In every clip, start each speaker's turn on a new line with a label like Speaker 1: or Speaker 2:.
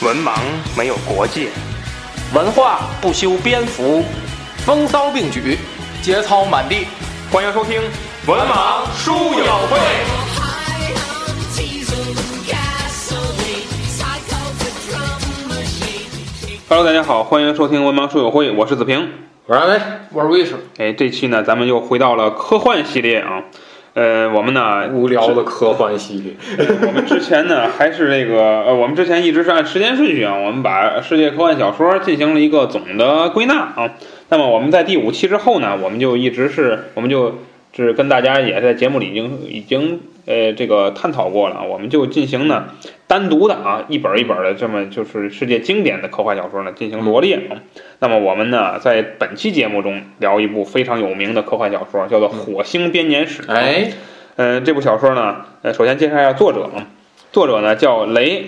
Speaker 1: 文盲没有国界，
Speaker 2: 文化不修边幅，
Speaker 3: 风骚并举，节操满地。
Speaker 1: 欢迎收听《文盲书友会》。
Speaker 4: Hello，大家好，欢迎收听文盲书友会，我是子平。
Speaker 5: 我是阿威，
Speaker 3: 我是 wish，
Speaker 4: 哎，这期呢，咱们又回到了科幻系列啊。呃，我们呢，
Speaker 5: 无聊的科幻系列，
Speaker 4: 我们之前呢，还是这个，呃，我们之前一直是按时间顺序啊，我们把世界科幻小说进行了一个总的归纳啊。那么我们在第五期之后呢，我们就一直是，我们就是跟大家也在节目里已经已经呃这个探讨过了啊，我们就进行呢单独的啊一本一本的这么就是世界经典的科幻小说呢进行罗列
Speaker 5: 嗯
Speaker 4: 啊。那么我们呢在本期节目中聊一部非常有名的科幻小说，叫做《火星编年史》。
Speaker 5: 哎，
Speaker 4: 嗯，这部小说呢，呃，首先介绍一下作者啊，作者呢叫雷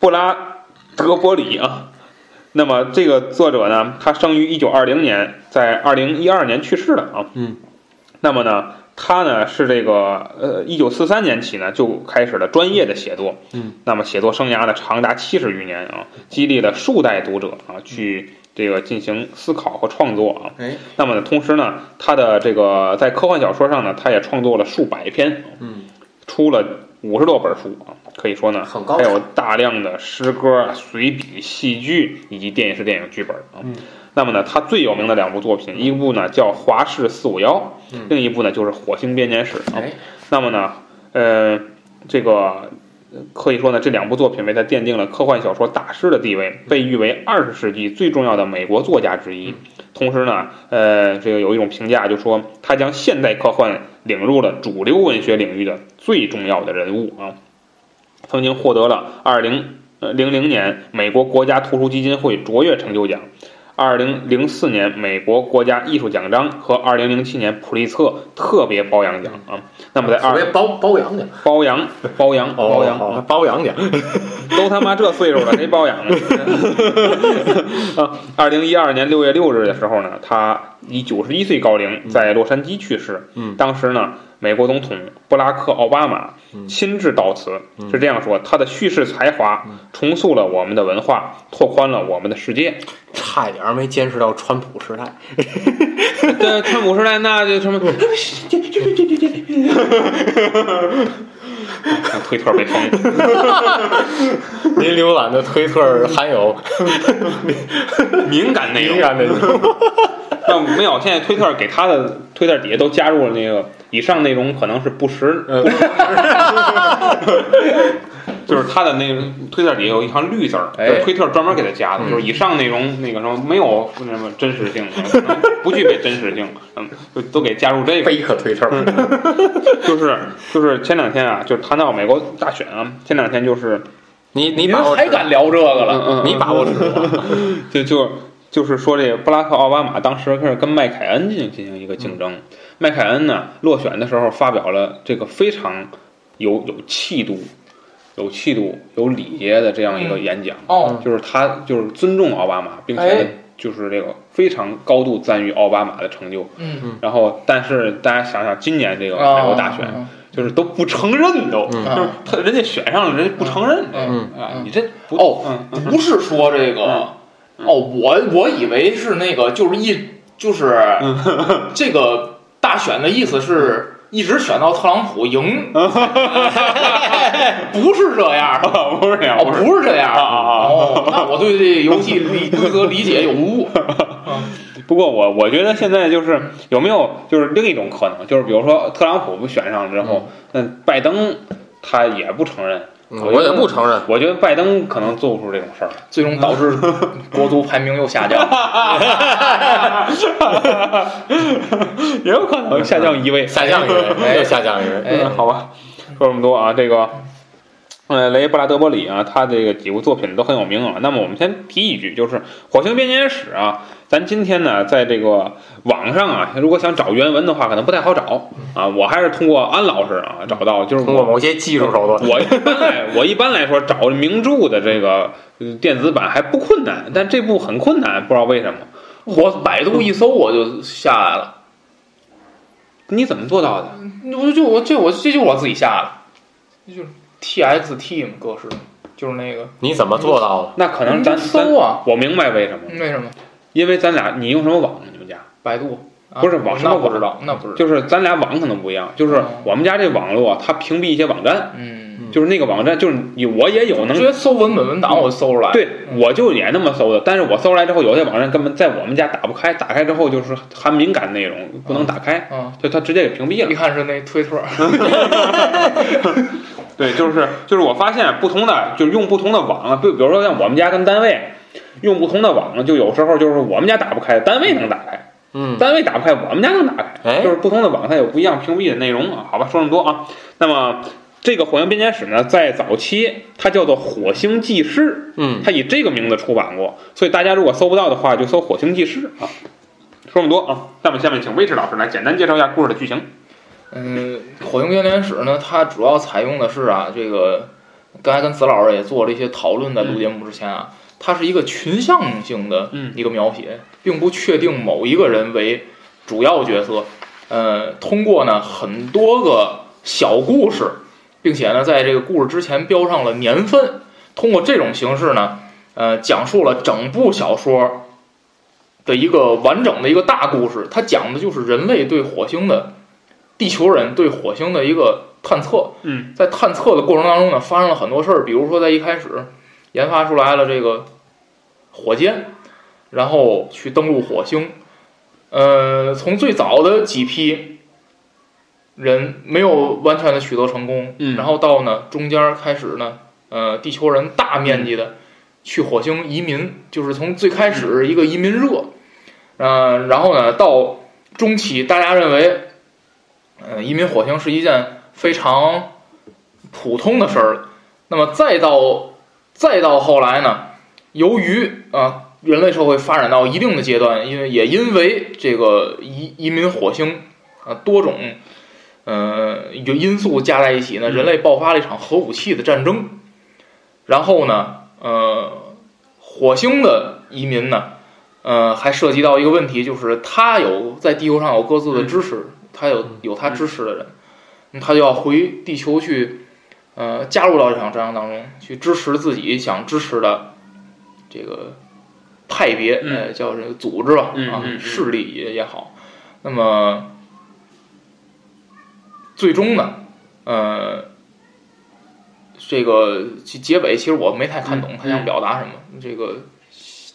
Speaker 4: 布拉德伯里啊。那么这个作者呢，他生于一九二零年，在二零一二年去世的啊。
Speaker 5: 嗯。
Speaker 4: 那么呢，他呢是这个呃，一九四三年起呢就开始了专业的写作。
Speaker 5: 嗯。
Speaker 4: 那么写作生涯呢长达七十余年啊，激励了数代读者啊去这个进行思考和创作啊。
Speaker 5: 哎。
Speaker 4: 那么呢，同时呢，他的这个在科幻小说上呢，他也创作了数百篇。
Speaker 5: 嗯，
Speaker 4: 出了五十多本书啊，可以说呢，
Speaker 5: 很高
Speaker 4: 还
Speaker 5: 产
Speaker 4: 有大量的诗歌、啊随笔、戏剧以及电视电影剧本啊。
Speaker 5: 嗯
Speaker 4: 那么呢，他最有名的两部作品，一部呢叫《华氏四五幺》
Speaker 5: 嗯，
Speaker 4: 另一部呢就是《火星编年史》啊。
Speaker 5: 哎，
Speaker 4: 那么呢，呃，这个呃可以说呢，这两部作品为他奠定了科幻小说大师的地位，被誉为二十世纪最重要的美国作家之一。
Speaker 5: 嗯
Speaker 4: 同时呢，呃，这个有一种评价就说他将现代科幻领入了主流文学领域的最重要的人物啊。曾经获得了二零呃零零年美国国家图书基金会卓越成就奖。二零零四年美国国家艺术奖章和二零零七年普利策特别褒扬奖啊，那么在
Speaker 5: 所
Speaker 4: 二
Speaker 5: 谓包包养点，
Speaker 4: 包养，包养，包养，
Speaker 5: 哦，包 养点，
Speaker 4: 都他妈这岁数了，谁包养 呢？啊，二零一二年六月六日的时候呢，他以九十一岁高龄在洛杉矶去世。
Speaker 5: 嗯
Speaker 4: 当时呢，美国总统布拉克·奥巴马
Speaker 5: 嗯
Speaker 4: 亲自悼词，
Speaker 5: 嗯
Speaker 4: 是这样说：他的叙事才华
Speaker 5: 嗯
Speaker 4: 重塑了我们的文化，拓宽了我们的世界。
Speaker 5: 差一点没坚持到川普时 代。
Speaker 4: 这川普时代，那就什么？这这这这这这，推特被封。
Speaker 5: 您浏览的推特含有
Speaker 4: 敏感内容
Speaker 5: 敏。感的，
Speaker 4: 但没有，现在推特给他的推特底下都加入了那个以上内容可能是不实，
Speaker 3: 呃
Speaker 4: 不实就是他的那个推特底下有一行绿字儿，
Speaker 5: 哎
Speaker 4: 就是推特专门给他加
Speaker 3: 嗯
Speaker 4: 的，就是以上内容那个什么没有那么真实性，可能不具备真实性，嗯，就都给加入这 个。
Speaker 5: 贝克推特，
Speaker 4: 就是就是前两天啊，就是谈到美国大选啊，前两天就是
Speaker 5: 你你
Speaker 3: 您
Speaker 5: 把我
Speaker 3: 还敢聊这个了？
Speaker 4: 嗯嗯
Speaker 5: 你把我
Speaker 4: 就就就是说，这个布拉克奥巴马当时是跟麦凯恩进行进行一个竞
Speaker 3: 嗯
Speaker 4: 争。麦凯恩呢落选的时候发表了这个非常有有气度、有气度、有礼节的这样一个演讲，
Speaker 3: 哦，
Speaker 4: 就是他就是尊重奥巴马，并且呢
Speaker 3: 哎
Speaker 4: 就是这个非常高度赞誉奥巴马的成就。
Speaker 3: 嗯，
Speaker 4: 然后，但是大家想想，今年这个
Speaker 3: 啊
Speaker 4: 美国大选，就是都不承认都，
Speaker 5: 嗯
Speaker 4: 就是他人家选上了，人家不承认这个
Speaker 3: 嗯
Speaker 4: 啊，
Speaker 3: 嗯
Speaker 4: 你这不
Speaker 3: 哦
Speaker 4: 嗯 嗯
Speaker 3: 不是说这个，
Speaker 4: 嗯
Speaker 3: 哦，我我以为是那个，就是一就是、
Speaker 4: 嗯
Speaker 3: 这个大选的意思是一直选到特朗 普赢，不是这样儿。
Speaker 4: 不是这样，
Speaker 3: 哦，不是这样儿
Speaker 4: 啊啊啊
Speaker 3: 哦，那我对这游戏理规则理解有误。
Speaker 4: 不过我我觉得现在就是有没有就是另一种可能，就是比如说特朗普不选上之后，
Speaker 5: 嗯
Speaker 4: 那、拜登他也不承认。
Speaker 5: 我也不承认，
Speaker 4: 我觉得拜登可能做不出这种事儿。
Speaker 3: 最终导致国足排名又下降。
Speaker 4: 也有可能下降一位。
Speaker 5: 下降一个，
Speaker 3: 哎
Speaker 5: 又下降一个，
Speaker 3: 哎
Speaker 4: 嗯，好吧，说这么多啊，这个，呃，雷布拉德伯里啊，他这个几部作品都很有名啊。那么我们先提一句，就是《火星编年史》啊，咱今天呢，在这个网上啊，如果想找原文的话，可能不太好找啊。我还是通过安老师啊找到，就是
Speaker 5: 通过
Speaker 4: 我
Speaker 5: 某些技术手段，
Speaker 4: 我一般来，我一般来说找名著的这个呃电子版还不困难，但这部很困难，不知道为什么。
Speaker 3: 我百度一搜我就下来了，
Speaker 4: 你怎么做到的？
Speaker 3: 我就我这我这就我自己下的，这就是 T X T 嘛，格式就是那个
Speaker 5: 你怎么做到的？
Speaker 4: 那可能咱
Speaker 3: 你搜啊，
Speaker 4: 咱我明白为什么了，
Speaker 3: 为什么？
Speaker 4: 因为咱俩你用什么网？你们家
Speaker 3: 百度啊
Speaker 4: 不是网上
Speaker 3: 那
Speaker 4: 都不
Speaker 3: 不知道，那不知道。
Speaker 4: 就是咱俩网可能不一样，就是
Speaker 3: 嗯
Speaker 4: 我们家这网络它屏蔽一些网站，
Speaker 3: 嗯，
Speaker 4: 就是那个网站就是有我也有能
Speaker 3: 直接搜文本文档，我搜出来。
Speaker 4: 对，
Speaker 3: 嗯
Speaker 4: 我就也那么搜的，但是我搜出来之后，有些网站根本在我们家打不开，打开之后就是含敏感内容，不能打开，
Speaker 3: 嗯，
Speaker 4: 就它直接给屏蔽
Speaker 3: 一
Speaker 4: 了。
Speaker 3: 看是那推特，
Speaker 4: 对，就是就是我发现不同的就是用不同的网啊，比比如说像我们家跟单位用不同的网，啊就有时候就是我们家打不开，单位能打开，
Speaker 5: 嗯，
Speaker 4: 单位打不开，我们家能打开。
Speaker 5: 哎
Speaker 4: 就，是不同的网它有不一样屏蔽的内容啊。好吧，说这么多啊。那么这个《火星编年史》呢，在早期它叫做《火星纪事》，
Speaker 5: 嗯，
Speaker 4: 它以这个名字出版过，所以大家如果搜不到的话，就搜《火星纪事》啊。说这么多啊，那么下面请魏迟老师来简单介绍一下故事的剧情。
Speaker 3: 嗯，《火星编年史》呢，它主要采用的是啊，这个刚才跟子老师也做了一些讨论，在录节目之前啊，它是一个群像性的
Speaker 4: 嗯
Speaker 3: 一个描写，并不确定某一个人为主要角色。呃，通过呢很多个小故事，并且呢在这个故事之前标上了年份，通过这种形式呢，呃，讲述了整部小说的一个完整的一个大故事。它讲的就是人类对火星的地球人对火星的一个探测。
Speaker 4: 嗯，
Speaker 3: 在探测的过程当中呢，发生了很多事儿，比如说在一开始研发出来了这个火箭，然后去登陆火星。呃，从最早的几批人没有完全的取得成功，
Speaker 4: 嗯
Speaker 3: 然后到呢中间儿开始呢，呃，地球人大面积的去火星移民，就是从最开始一个移民热，呃，然后呢到中期，大家认为，呃，移民火星是一件非常普通的事儿了。那么再到再到后来呢，由于啊、人类社会发展到一定的阶段，因为也因为这个移移民火星啊、多种呃有因素加在一起呢，人类爆发了一场核武器的战争。然后呢，呃，火星的移民呢，呃，还涉及到一个问题，就是他有在地球上有各自
Speaker 4: 嗯
Speaker 3: 的支持，他有有他支持的人，那他就要回地球去，呃，加入到这场战争当中去支持自己想支持的这个派别，
Speaker 4: 嗯
Speaker 3: 呃，叫这个组织吧，
Speaker 4: 嗯
Speaker 3: 啊
Speaker 4: 嗯嗯，
Speaker 3: 势力也也好，那么最终呢，呃，这个其结尾其实我没太看懂他想表达什么。这个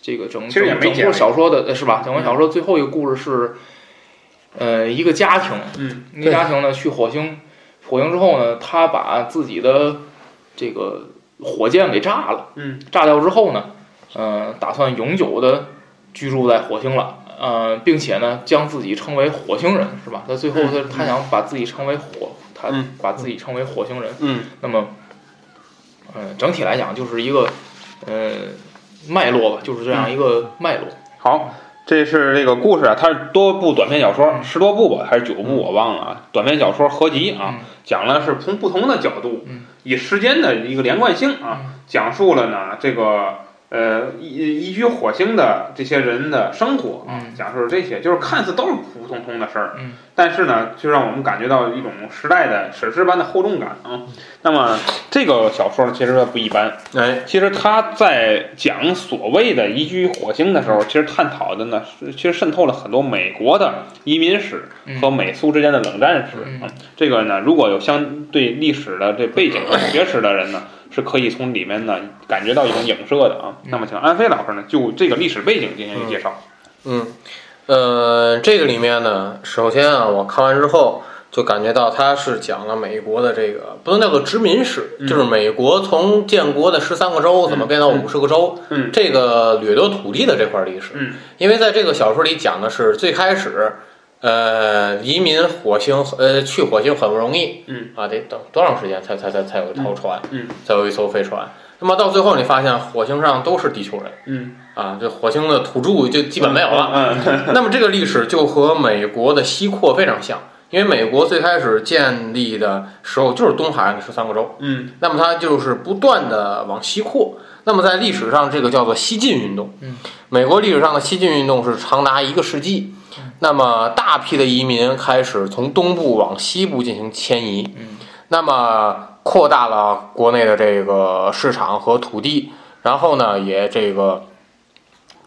Speaker 3: 这个整
Speaker 4: 嗯其实也
Speaker 3: 整
Speaker 4: 没嗯
Speaker 3: 整
Speaker 4: 解
Speaker 3: 部
Speaker 4: 释
Speaker 3: 小说的呃是吧？整个小说最后一个故事是，呃，一个家庭，
Speaker 4: 嗯，
Speaker 3: 那家庭呢去火星，火星之后呢，他把自己的这个火箭给炸了，
Speaker 4: 嗯，
Speaker 3: 炸掉之后呢，呃，打算永久的居住在火星了。呃，并且呢，将自己称为火星人，是吧？他最后他他想把自己称为火，他
Speaker 4: 嗯
Speaker 3: 把自己称为火星人。
Speaker 4: 嗯
Speaker 3: 那么，呃，整体来讲就是一个呃脉络吧，就是这样一个脉络。
Speaker 4: 好，这是这个故事啊，它是多部短篇小说，十多部吧，还是九部，我忘了啊。短篇小说合集啊，
Speaker 3: 嗯
Speaker 4: 讲了是从不同的角度
Speaker 3: 嗯，
Speaker 4: 以时间的一个连贯性啊，讲述了呢这个呃移移居火星的这些人的生活啊，
Speaker 3: 嗯
Speaker 4: 讲述了这些，就是看似都是普普通通的事儿，
Speaker 3: 嗯
Speaker 4: 但是呢，就让我们感觉到一种时代的史诗般的厚重感啊。
Speaker 3: 嗯
Speaker 4: 那么这个小说呢，其实它不一般，
Speaker 5: 哎，
Speaker 4: 其实他在讲所谓的移居火星的时候，其实探讨的呢是，其实渗透了很多美国的移民史
Speaker 3: 嗯
Speaker 4: 和美苏之间的冷战史
Speaker 3: 嗯
Speaker 4: 啊。这个呢，如果有相对历史的这背景和学识的人呢，是可以从里面呢感觉到一种影射的啊。
Speaker 3: 嗯
Speaker 4: 那么，请安飞老师呢，就这个历史背景进行一个介绍。
Speaker 5: 嗯，呃，这个里面呢，首先啊，我看完之后就感觉到它是讲了美国的这个不能叫做殖民史，
Speaker 4: 嗯
Speaker 5: 就是美国从建国的十三个州怎么变到五十个州，
Speaker 4: 嗯
Speaker 5: 这个掠夺土地的这块历史。
Speaker 4: 嗯
Speaker 5: 因为在这个小说里讲的是最开始，呃，移民火星，呃，去火星很不容易，
Speaker 4: 嗯，
Speaker 5: 啊，得等多长时间才才才才有一条船，
Speaker 4: 嗯嗯
Speaker 5: 才有一艘飞船。那么到最后，你发现火星上都是地球人
Speaker 4: 嗯，
Speaker 5: 啊，这火星的土著就基本没有了。
Speaker 4: 嗯。嗯
Speaker 5: 那么这个历史就和美国的西扩非常像，因为美国最开始建立的时候就是东海岸的十三个州，
Speaker 4: 嗯
Speaker 5: 那么它就是不断的往西扩。那么在历史上，这个叫做西进运动。
Speaker 3: 嗯，
Speaker 5: 美国历史上的西进运动是长达一个世纪。
Speaker 3: 嗯
Speaker 5: 那么大批的移民开始从东部往西部进行迁移。
Speaker 3: 嗯，
Speaker 5: 那么。扩大了国内的这个市场和土地，然后呢，也这个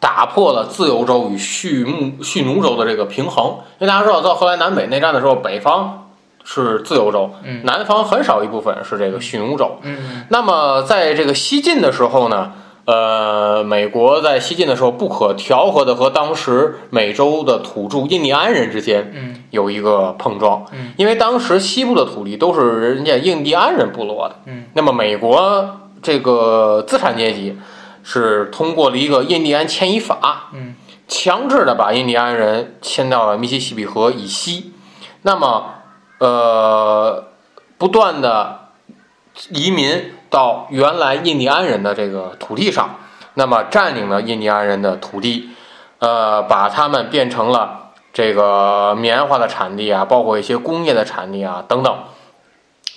Speaker 5: 打破了自由州与蓄奴蓄奴州的这个平衡。因为大家知道，到后来南北内战的时候，北方是自由州，
Speaker 3: 嗯
Speaker 5: 南方很少一部分是这个蓄奴州。
Speaker 3: 嗯
Speaker 5: 那么在这个西晋的时候呢，呃，美国在西晋的时候不可调和的和当时美洲的土著印第安人之间
Speaker 3: 嗯
Speaker 5: 有一个碰撞，
Speaker 3: 嗯
Speaker 5: 因为当时西部的土地都是人家印第安人部落的，
Speaker 3: 嗯，
Speaker 5: 那么美国这个资产阶级是通过了一个印第安迁移法，
Speaker 3: 嗯，
Speaker 5: 强制的把印第安人迁到了密西西比河以西，那么呃，不断的移民到原来印第安人的这个土地上，那么占领了印第安人的土地，呃，把他们变成了这个棉花的产地啊，包括一些工业的产地啊等等。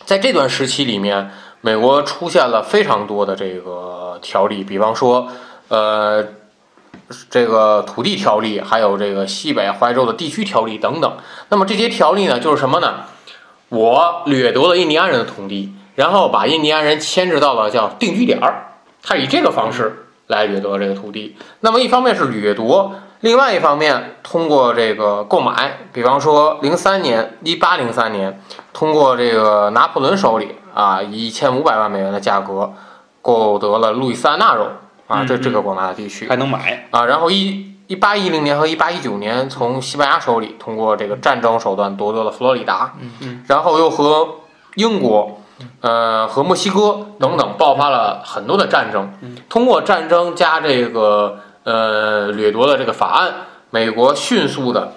Speaker 5: 在这段时期里面，美国出现了非常多的这个条例，比方说，呃，这个土地条例，还有这个西北怀州的地区条例等等。那么这些条例呢，就是什么呢？我掠夺了印第安人的土地，然后把印第安人牵制到了叫定居点儿，他以这个方式来掠夺这个土地。那么一方面是掠夺，另外一方面通过这个购买，比方说零三年，一八零三年，通过这个拿破仑手里啊，以一千五百万美元的价格购得了路易斯安那州啊，这
Speaker 4: 嗯嗯
Speaker 5: 这个广大的地区
Speaker 4: 还能买，
Speaker 5: 啊，然后一。一八一零年和一八一九年，从西班牙手里通过这个战争手段夺得了佛罗里达，然后又和英国、呃和墨西哥等等爆发了很多的战争。通过战争加这个呃掠夺的这个法案，美国迅速的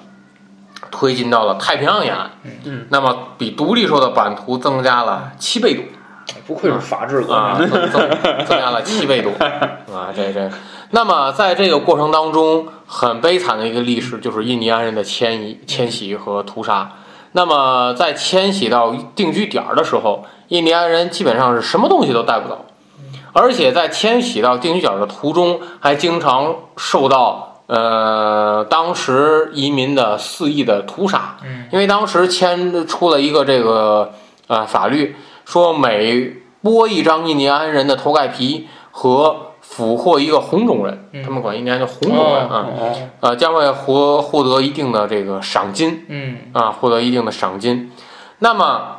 Speaker 5: 推进到了太平洋沿岸。
Speaker 4: 嗯，
Speaker 5: 那么比独立时候的版图增加了七倍多。
Speaker 3: 不愧是法治国
Speaker 5: 啊，
Speaker 3: 家，
Speaker 5: 增增增加了七倍多啊，这这。那么在这个过程当中，很悲惨的一个历史就是印第安人的迁移、迁徙和屠杀。那么在迁徙到定居点儿的时候，印第安人基本上是什么东西都带不走，而且在迁徙到定居点儿的途中，还经常受到呃当时移民的肆意的屠杀。
Speaker 3: 嗯
Speaker 5: 因为当时签出了一个这个呃法律，说每剥一张印第安人的头盖皮和俘获一个红种人，
Speaker 3: 嗯
Speaker 5: 他们管印第安叫红种人啊，
Speaker 3: 哦，
Speaker 5: 呃，将会获获得一定的这个赏金
Speaker 3: 嗯
Speaker 5: 啊，获得一定的赏金。那么，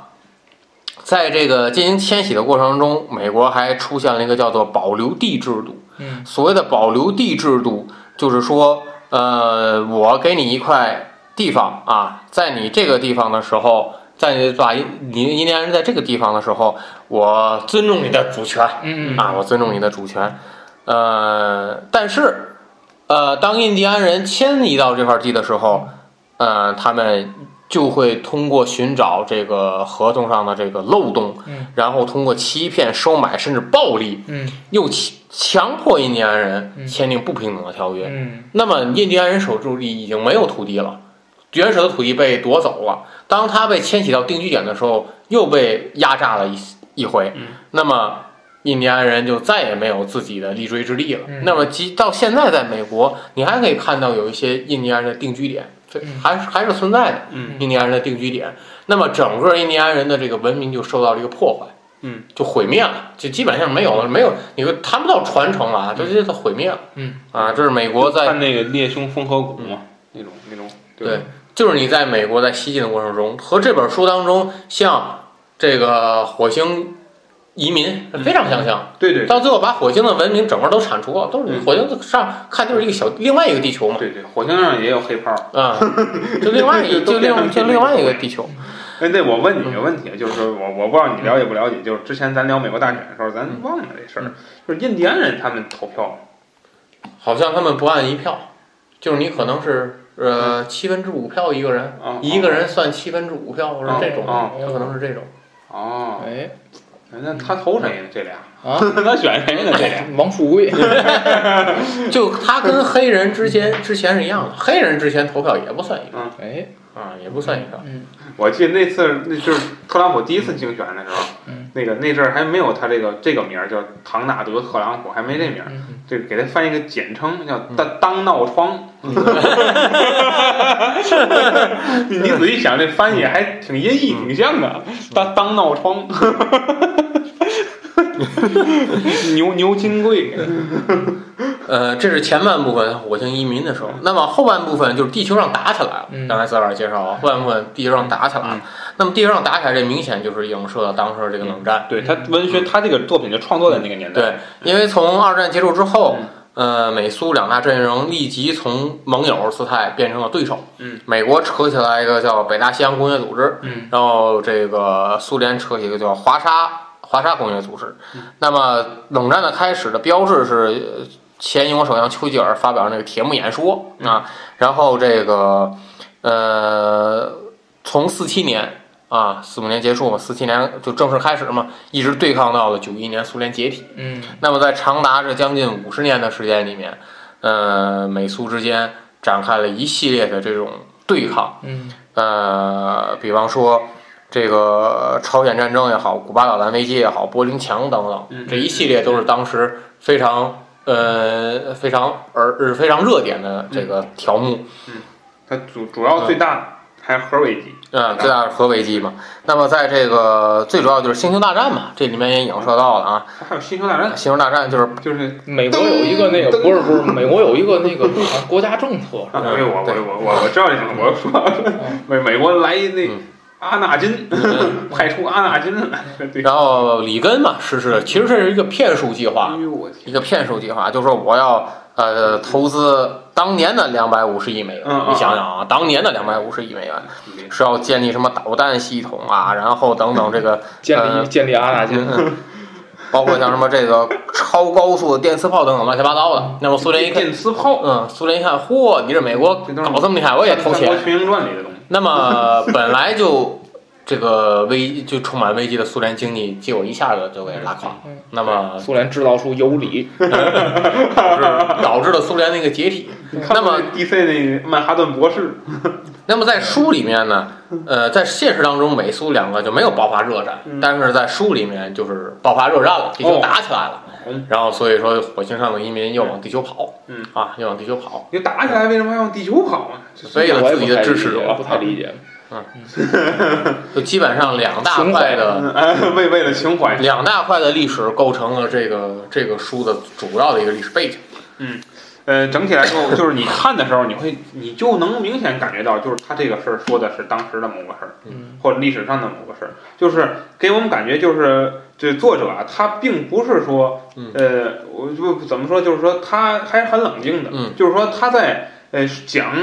Speaker 5: 在这个进行迁徙的过程中，美国还出现了一个叫做保留地制度。
Speaker 3: 嗯
Speaker 5: 所谓的保留地制度，就是说，呃，我给你一块地方啊，在你这个地方的时候，在你把印你印第安人在这个地方的时候，我尊重你的主权
Speaker 3: 嗯
Speaker 5: 啊，我尊重你的主权，呃，但是，呃，当印第安人迁移到这块地的时候，呃，他们就会通过寻找这个合同上的这个漏洞，
Speaker 3: 嗯
Speaker 5: 然后通过欺骗、收买甚至暴力，
Speaker 3: 嗯
Speaker 5: 又强强迫印第安
Speaker 3: 嗯
Speaker 5: 人签订不平等的条约。
Speaker 3: 嗯
Speaker 5: 那么印第安人手住地已经没有土地了，原始的土地被夺走了。当他被迁徙到定居点的时候，又被压榨了一一回。
Speaker 3: 嗯
Speaker 5: 那么印第安人就再也没有自己的立锥之地了。
Speaker 3: 嗯
Speaker 5: 那么即到现在，在美国，你还可以看到有一些印第安人的定居点，这
Speaker 3: 嗯
Speaker 5: 还是还是存在的。
Speaker 4: 嗯
Speaker 5: 印第安人的定居点，那么整个印第安人的这个文明就受到了一个破坏。
Speaker 4: 嗯，
Speaker 5: 就毁灭了，就基本上没有了，没有你会谈不到传承了啊，就这它毁灭了。
Speaker 3: 嗯
Speaker 5: 啊，这是美国在
Speaker 4: 看那个猎胸缝合骨嘛，那种那种，
Speaker 5: 对，就是你在美国在西进的过程中，和这本书当中像这个火星移民非常相像，
Speaker 4: 嗯对对
Speaker 5: 到最后把火星的文明整个都铲除了，都是
Speaker 4: 嗯
Speaker 5: 火星上看就是一个小另外一个地球嘛，
Speaker 4: 对对，火星上也有黑炮。
Speaker 5: 啊， 就另外一
Speaker 4: 都
Speaker 5: 就
Speaker 4: 变
Speaker 5: 另
Speaker 4: 成
Speaker 5: 就另外一个地球，
Speaker 4: 哎，对，我问
Speaker 3: 嗯
Speaker 4: 你一个问题，就是说我我不知道你了解不了解，就是之前咱聊美国大选的时候，
Speaker 3: 嗯
Speaker 4: 咱忘了这事儿，就是印第安人他们投票，
Speaker 5: 好像他们不按一票，就是你可能是
Speaker 4: 嗯
Speaker 5: 呃七分之五票一个人，
Speaker 4: 啊，
Speaker 5: 一个人算七分之五票，或者这种，
Speaker 4: 啊
Speaker 5: 有可能是这种。
Speaker 4: 哦，
Speaker 3: 哎
Speaker 4: 那他投谁呢？这俩
Speaker 3: 啊
Speaker 4: 他选谁呢？这 俩
Speaker 3: 王富贵，
Speaker 4: 嗯
Speaker 5: 就他跟黑人之间之前是一样的，黑人之前投票也不算一个，
Speaker 3: 哎
Speaker 5: 啊，也不算一个。
Speaker 3: 嗯，
Speaker 4: 我记得那次那就是特朗普第一次竞选的时候，
Speaker 3: 嗯
Speaker 4: 那个那阵儿还没有他这个这个名儿叫唐纳德特朗普，还没这名儿，
Speaker 3: 嗯
Speaker 4: 这给他翻一个简称叫
Speaker 5: 嗯
Speaker 4: 当当闹窗。你 你仔细想，这翻译还挺音译，挺像的，
Speaker 5: 嗯
Speaker 4: 当当闹窗。 牛牛金贵，
Speaker 5: 呃，这是前半部分火星移民的时候，那么后半部分就是地球上打起来了。
Speaker 3: 嗯
Speaker 5: 刚才塞尔介绍啊，后半部分地球上打起来了。那么地球上打起来，这明显就是影射了当时的这个冷战。
Speaker 4: 对他文学，他这个作品就创作在那个年
Speaker 5: 嗯
Speaker 4: 代。嗯
Speaker 5: 对，因为从二战结束之后，呃，美苏两大阵营立即从盟友姿态变成了对手。
Speaker 4: 嗯，
Speaker 5: 美国扯起来一个叫北大西洋公约组织，
Speaker 3: 嗯，
Speaker 5: 然后这个苏联扯起一个叫华沙华沙公约组织。
Speaker 4: 嗯
Speaker 5: 那么冷战的开始的标志是呃前英国首相丘吉尔发表那个铁幕演说
Speaker 4: 嗯
Speaker 5: 啊，然后这个呃，从四七年。啊，四五年结束嘛，四七年就正式开始嘛，一直对抗到了九一年苏联解体。
Speaker 3: 嗯
Speaker 5: 那么在长达这将近五十年的时间里面，呃，美苏之间展开了一系列的这种对抗，
Speaker 3: 嗯
Speaker 5: 呃，比方说这个朝鲜战争也好，古巴导弹危机也好，柏林墙等等，这一系列都是当时非常呃非常而非常热点的这个条目。
Speaker 4: 他主主要最大还是核危机。
Speaker 5: 嗯，最大是核危机嘛。那么在这个最主要就是星球大战嘛，这里面也影射到了啊。
Speaker 4: 还有星球大战，
Speaker 5: 星球大战就是
Speaker 4: 就是
Speaker 3: 美国有一个那个不是不是，美国有一个那个好像国家政策，
Speaker 4: 啊，
Speaker 5: 嗯
Speaker 4: 没有我我我我我知道这什么，我说 美美国来一那
Speaker 5: 嗯
Speaker 4: 阿纳金， 派出阿纳金来，对，
Speaker 5: 然后里根嘛实施，其实这是一个骗术计划
Speaker 4: 哎，呦我天，
Speaker 5: 一个骗术计划，就是说我要呃投资当年的两百五十亿美元
Speaker 4: 嗯，嗯嗯
Speaker 5: 你想想啊，当年的两百五十亿美元是要建立什么导弹系统啊，然后等等这 个
Speaker 3: 建
Speaker 5: 呃
Speaker 3: 立建立阿纳金，
Speaker 5: 包括像什么这个超高速的电磁炮等等乱七八糟的。那么苏联一看，
Speaker 4: 电磁炮，
Speaker 5: 嗯，苏联一看，嚯，你这美国
Speaker 4: 这都是
Speaker 5: 搞这么厉害，我也投
Speaker 4: 《三国
Speaker 5: 钱。
Speaker 4: 群英传》里的东西，
Speaker 5: 那么本来就这个危就充满危机的苏联经济，结果一下子就给拉垮
Speaker 3: 嗯。
Speaker 5: 那么
Speaker 3: 苏联制造出尤里，
Speaker 5: 导致导致了苏联那个解体。
Speaker 4: 你看
Speaker 5: 那么
Speaker 4: 过 DC 那曼哈顿博士，
Speaker 5: 那么在书里面呢，
Speaker 4: 嗯
Speaker 5: 呃，在现实当中，美苏两个就没有爆发热战，但是在书里面就是爆发热战了，地球打起来了，
Speaker 4: 哦嗯
Speaker 5: 然后所以说火星上的移民又往地球跑，
Speaker 4: 嗯
Speaker 5: 啊，又往地球跑，
Speaker 4: 你打起来为什么还往地球跑啊？这
Speaker 5: 所以有
Speaker 3: 我
Speaker 5: 了
Speaker 3: 也
Speaker 5: 自己
Speaker 3: 不
Speaker 5: 的
Speaker 3: 太
Speaker 5: 支
Speaker 3: 理
Speaker 5: 持
Speaker 3: 解，
Speaker 5: 者
Speaker 3: 不，太理解。
Speaker 5: 就基本上两大
Speaker 3: 情怀
Speaker 5: 块的
Speaker 4: 嗯哎为为了情怀，
Speaker 5: 两大块的历史构成了这个这个书的主要的一个历史背景。
Speaker 4: 呃，整体来说，就是你看的时候，你会你就能明显感觉到，就是他这个事儿说的是当时的某个事儿，
Speaker 3: 嗯
Speaker 4: 或者历史上的某个事儿，就是给我们感觉就是这作者啊，他并不是说
Speaker 5: 嗯，
Speaker 4: 呃，我就怎么说，就是说他还是很冷静的，
Speaker 5: 嗯
Speaker 4: 就是说他在呃讲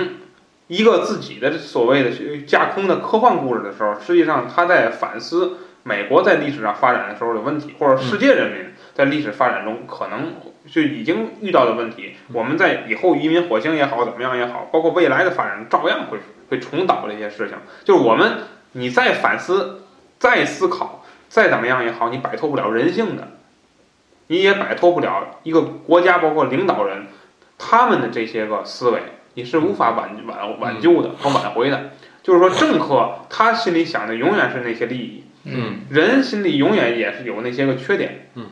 Speaker 4: 一个自己的所谓的架空的科幻故事的时候，实际上他在反思美国在历史上发展的时候的问题，或者世界人民在历史发展中可能就已经遇到的问题。
Speaker 5: 嗯
Speaker 4: 我们在以后移民火星也好，怎么样也好，包括未来的发展，照样会会重蹈这些事情。就是我们你再反思、再思考、再怎么样也好，你摆脱不了人性的，你也摆脱不了一个国家包括领导人他们的这些个思维，你是无法挽挽挽救的和挽回的。就是说，政客他心里想的永远是那些利益，
Speaker 5: 嗯
Speaker 4: 人心里永远也是有那些个缺点。
Speaker 5: 嗯，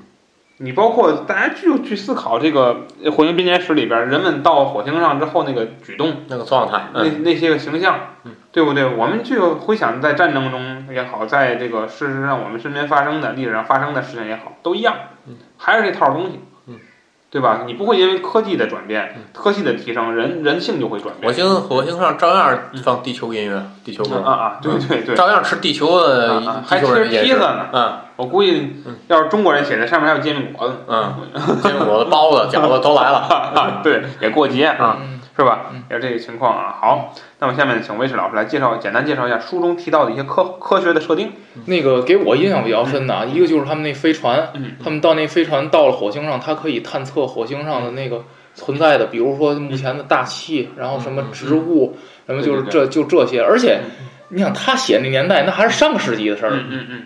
Speaker 4: 你包括大家就去思考这个《火星编年史》里边人们到火星上之后那个举动，
Speaker 5: 那个状态，
Speaker 4: 那
Speaker 5: 嗯
Speaker 4: 那些个形象
Speaker 5: 嗯，
Speaker 4: 对不对？我们就回想在战争中也好，在这个事实上我们身边发生的、历史上发生的事情也好，都一样
Speaker 5: 嗯，
Speaker 4: 还是这套东西
Speaker 5: 嗯，
Speaker 4: 对吧？你不会因为科技的转变
Speaker 5: 嗯、
Speaker 4: 科技的提升，人人性就会转
Speaker 5: 火
Speaker 4: 变。
Speaker 5: 星火星上照样放地球音乐，地球歌
Speaker 4: 啊，啊，对对对，
Speaker 5: 照样吃地球的
Speaker 4: 啊啊还
Speaker 5: 嗯地球人
Speaker 4: 吃
Speaker 5: 的饮
Speaker 4: 披
Speaker 5: 食
Speaker 4: 萨。呢。
Speaker 5: 嗯
Speaker 4: 我估计
Speaker 5: 嗯
Speaker 4: 要是中国人写的，上面还有煎饼果子 呢
Speaker 5: 嗯，结果我的包子、饺子都来了。
Speaker 4: 啊，对，也过节啊。
Speaker 3: 嗯
Speaker 4: 是吧
Speaker 3: 嗯？
Speaker 4: 也是这个情况啊。好，那么下面请魏驰老师来介绍，简单介绍一下书中提到的一些科科学的设定。
Speaker 3: 那个给我印象比较深的啊，一个就是他们那飞船
Speaker 4: 嗯，
Speaker 3: 他们到那飞船到了火星上，它可以探测火星上的那个存在的，比如说目前的大气，然后什么植物，什么就是这就这些，而且。你想他写那年代，那还是上个世纪的事儿，
Speaker 4: 嗯嗯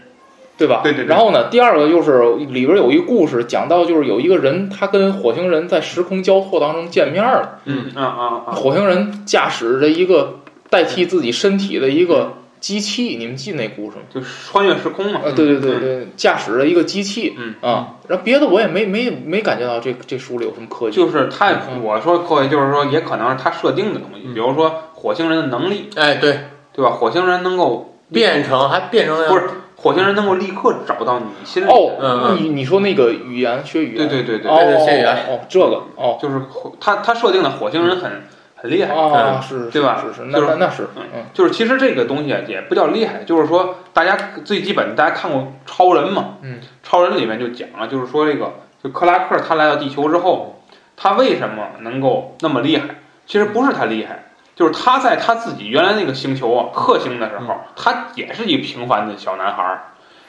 Speaker 3: 对吧？
Speaker 4: 对对对
Speaker 3: 然后呢，第二个就是里边有一故事讲到，就是有一个人他跟火星人在时空交错当中见面了，
Speaker 4: 嗯嗯啊啊啊！
Speaker 3: 火星人驾驶着一个代替自己身体的一个机器，
Speaker 4: 嗯
Speaker 3: 你们记那故事吗？
Speaker 4: 就是穿越时空嘛。
Speaker 3: 啊，对对对对，驾驶的一个机器，
Speaker 4: 嗯
Speaker 3: 啊，然后别的我也没没没感觉到这这书里有什么科技，
Speaker 4: 就是他
Speaker 3: 嗯，
Speaker 4: 我说科学就是说，也可能是他设定的东西，
Speaker 5: 嗯
Speaker 4: 比如说火星人的能力，
Speaker 5: 哎，对，
Speaker 4: 对吧？火星人能够
Speaker 5: 变成还变成那样
Speaker 3: 啊
Speaker 4: 不是火星人能够立刻找到你心里，
Speaker 3: 哦，
Speaker 5: 嗯嗯
Speaker 3: 你你说那个语言学语
Speaker 4: 对
Speaker 3: 言，
Speaker 4: 对对对，嗯
Speaker 3: 哦
Speaker 5: 对对学语言
Speaker 3: 哦，这个哦
Speaker 4: 就是火他他设定的火星人很很厉害，
Speaker 3: 哦是，是
Speaker 4: 嗯对吧
Speaker 3: 是是，那
Speaker 4: 就是
Speaker 3: 那那是，
Speaker 4: 嗯
Speaker 3: 嗯
Speaker 4: 就是其实这个东西啊也不叫厉害，就是说大家最基本，大家看过《超人》嘛？
Speaker 3: 嗯，
Speaker 4: 《超人》里面就讲了，就是说这个就克拉克他来到地球之
Speaker 3: 嗯
Speaker 4: 后，他为什么能够那么厉害？其实不是他厉害，就是他在他自己原来那个星球啊，克星的时
Speaker 3: 嗯
Speaker 4: 候，他也是一个平凡的小男孩儿，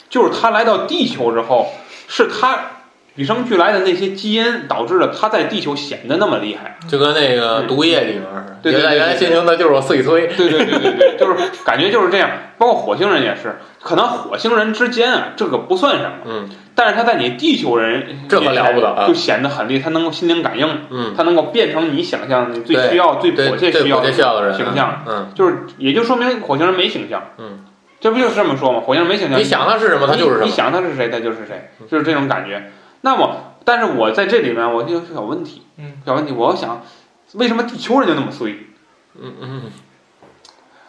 Speaker 4: 就是他来到地球之后，是他。与生俱来的那些基因导致了他在地球显得那么厉害，
Speaker 5: 就跟那个毒液里面似的，
Speaker 4: 对对对
Speaker 5: 原来
Speaker 4: 对
Speaker 5: 原来
Speaker 4: 对
Speaker 5: 进行的就是我自己推，
Speaker 4: 对对对对对，就是感觉就是这样。包括火星人也是，可能火星人之间啊，这个不算什么，
Speaker 5: 嗯
Speaker 4: 但是他在你地球人
Speaker 5: 这可了不得啊
Speaker 4: 就显得很厉害，他能够心灵感应，
Speaker 5: 嗯，
Speaker 4: 他能够变成你想象你最
Speaker 5: 对
Speaker 4: 需要、最
Speaker 5: 对
Speaker 4: 迫切
Speaker 5: 对，
Speaker 4: 需要
Speaker 5: 我这需要的人
Speaker 4: 形象，
Speaker 5: 嗯，
Speaker 4: 就是也就说明火星人没形象。
Speaker 5: 嗯，
Speaker 4: 这不就是这么说吗？火星人没形象，
Speaker 5: 你想他是什么，他就是什
Speaker 4: 你
Speaker 5: 么，嗯
Speaker 4: 想他是谁，他就是谁，就是这种感觉。那么，但是我在这里面，我就有小问题，
Speaker 3: 嗯，
Speaker 4: 小问题，我要想为什么地球人就那么衰？
Speaker 5: 嗯嗯，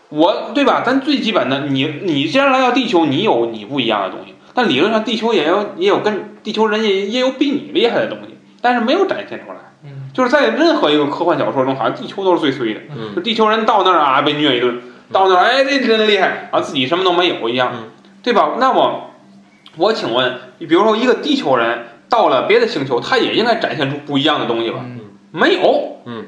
Speaker 4: 我对吧？咱最基本的，你你既然来到地球，你有你不一样的东西，但理论上地球也有也有跟地球人也也有比你厉害的东西，但是没有展现出来。
Speaker 3: 嗯
Speaker 4: 就是在任何一个科幻小说中，好像地球都是最衰的，
Speaker 5: 嗯
Speaker 4: 就地球人到那儿啊被虐一顿，到那儿哎这真厉害，啊自己什么都没有一样
Speaker 5: 嗯，
Speaker 4: 对吧？那么我请问，你比如说一个地球人到了别的星球，他也应该展现出不一样的东西吧？
Speaker 3: 嗯
Speaker 4: 没有，
Speaker 5: 嗯，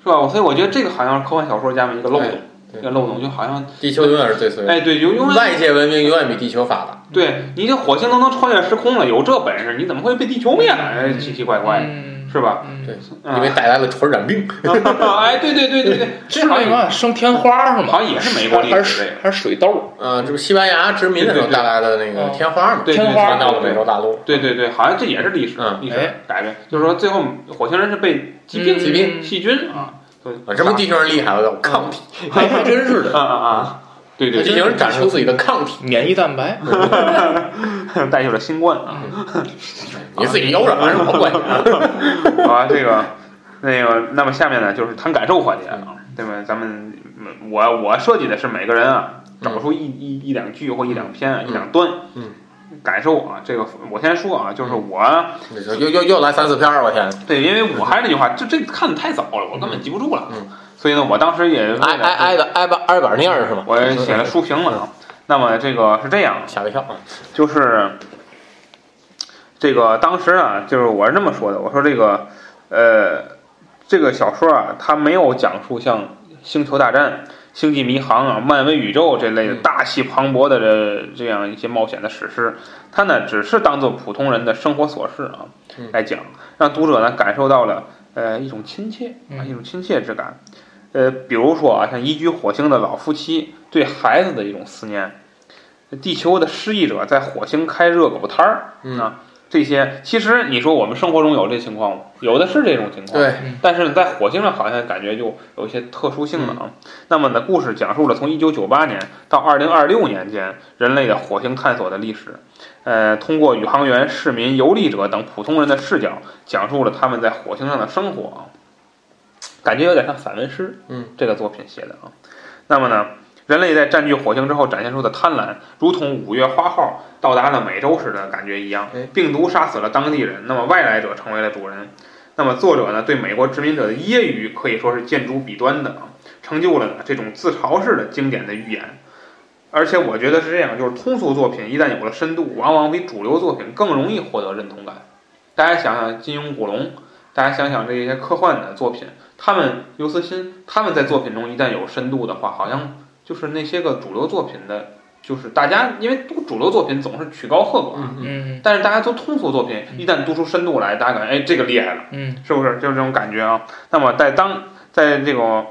Speaker 4: 是吧？所以我觉得这个好像是科幻小说家们一个漏
Speaker 5: 哎
Speaker 4: 洞，
Speaker 5: 对
Speaker 4: 一个漏洞就好像。
Speaker 5: 地球永远是最随的，
Speaker 4: 哎，对，永永远
Speaker 5: 外界文明永远比地球发达，
Speaker 4: 对你这火星都能穿越时空了，有这本事，你怎么会被地球灭了？哎，奇奇怪怪，
Speaker 3: 嗯
Speaker 4: 是吧？
Speaker 3: 嗯
Speaker 5: 对
Speaker 4: 嗯
Speaker 5: 因为带来了传染病，
Speaker 4: 哎，对对对对对，
Speaker 3: 是
Speaker 4: 好
Speaker 3: 那
Speaker 4: 像
Speaker 3: 个生天花是吗？
Speaker 4: 好像也是美国历
Speaker 3: 还是
Speaker 4: 史
Speaker 3: 水还是水痘？
Speaker 5: 嗯，这不西班牙殖民的时候
Speaker 4: 对对对
Speaker 5: 带来的那个
Speaker 3: 哦
Speaker 5: 天花嘛，
Speaker 4: 对
Speaker 3: 天
Speaker 4: 对
Speaker 3: 花
Speaker 5: 传到了美洲大陆，
Speaker 4: 对对对，好像这也是历史
Speaker 5: 嗯
Speaker 4: 历史
Speaker 3: 哎
Speaker 4: 改变，就是说最后火星人是被疾病
Speaker 3: 嗯
Speaker 5: 疾病
Speaker 4: 细菌啊，对
Speaker 5: 啊，证明地球人厉害了，有抗体，
Speaker 3: 还还真是的，
Speaker 4: 啊啊啊，对对
Speaker 5: 嗯地
Speaker 4: 对，
Speaker 5: 球人展示出自己的抗体，
Speaker 3: 免疫蛋白。
Speaker 4: 带有了新冠啊，
Speaker 5: 你自己悠着，反正我管你啊，
Speaker 4: 好吧，这个那个，那么下面呢就是谈感受环节啊，对吧？咱们嗯我我设计的是每个人啊，找出一一一两句或一两篇啊、
Speaker 5: 嗯
Speaker 4: 一两段，
Speaker 5: 嗯，
Speaker 4: 感受啊，这个我先说啊，就是我、
Speaker 5: 你说又又又来三四篇儿，我天，
Speaker 4: 对，因为我还是那句话，这这看的太早了，我根本记不住了，
Speaker 5: 嗯
Speaker 4: 所以呢，我当时也为
Speaker 5: 挨挨挨
Speaker 4: 了，
Speaker 5: 的挨巴挨板那样是吗？嗯
Speaker 4: 我也写了书评了啊。那么这个是这样，
Speaker 5: 吓我一跳啊，
Speaker 4: 就是这个当时啊，就是我是这么说的，我说这个呃，这个小说啊，它没有讲述像《星球大战》《星际迷航》啊、漫威宇宙这类的
Speaker 5: 嗯
Speaker 4: 大气磅礴的这这样一些冒险的史诗，它呢只是当做普通人的生活琐事啊
Speaker 5: 嗯
Speaker 4: 来讲，让读者呢感受到了呃一种亲切啊，
Speaker 3: 嗯
Speaker 4: 一种亲切之感。呃，比如说啊，像移居火星的老夫妻对孩子的一种思念，地球的失意者在火星开热狗摊儿，
Speaker 5: 嗯，
Speaker 4: 啊，这些其实你说我们生活中有这情况吗？有的是这种情况。
Speaker 5: 对，
Speaker 3: 嗯
Speaker 4: 但是在火星上好像感觉就有一些特殊性了啊。那么呢，故事讲述了从1998年到2026年间人类的火星探索的历史。呃，通过宇航员、市民、游历者等普通人的视角，讲述了他们在火星上的生活啊。感觉有点像散文诗，
Speaker 5: 嗯，
Speaker 4: 这个作品写的啊。那么呢，人类在占据火星之后展现出的贪婪，如同五月花号到达了美洲时的感觉一样
Speaker 5: 哎。
Speaker 4: 病毒杀死了当地人，那么外来者成为了主人。那么作者呢，对美国殖民者的揶揄可以说是见诸笔端的啊，成就了呢这种自嘲式的经典的寓言。而且我觉得是这样，就是通俗作品一旦有了深度，往往比主流作品更容易获得认同感。大家想想金庸、古龙，大家想想这些科幻的作品，他们刘慈欣，他们在作品中一旦有深度的话，好像就是那些个主流作品的，就是大家因为读主流作品总是曲高和寡，
Speaker 5: 嗯
Speaker 3: 嗯
Speaker 4: 但是大家读通俗作品，一旦读出深度来，大家感觉哎，这个厉害了，
Speaker 3: 嗯
Speaker 4: 是不是？就是这种感觉啊。那么在当在这种